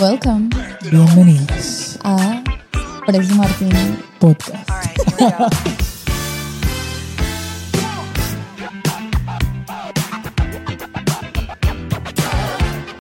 Welcome Bienvenidos. a Presi Martín. Podcast. All right, here we go.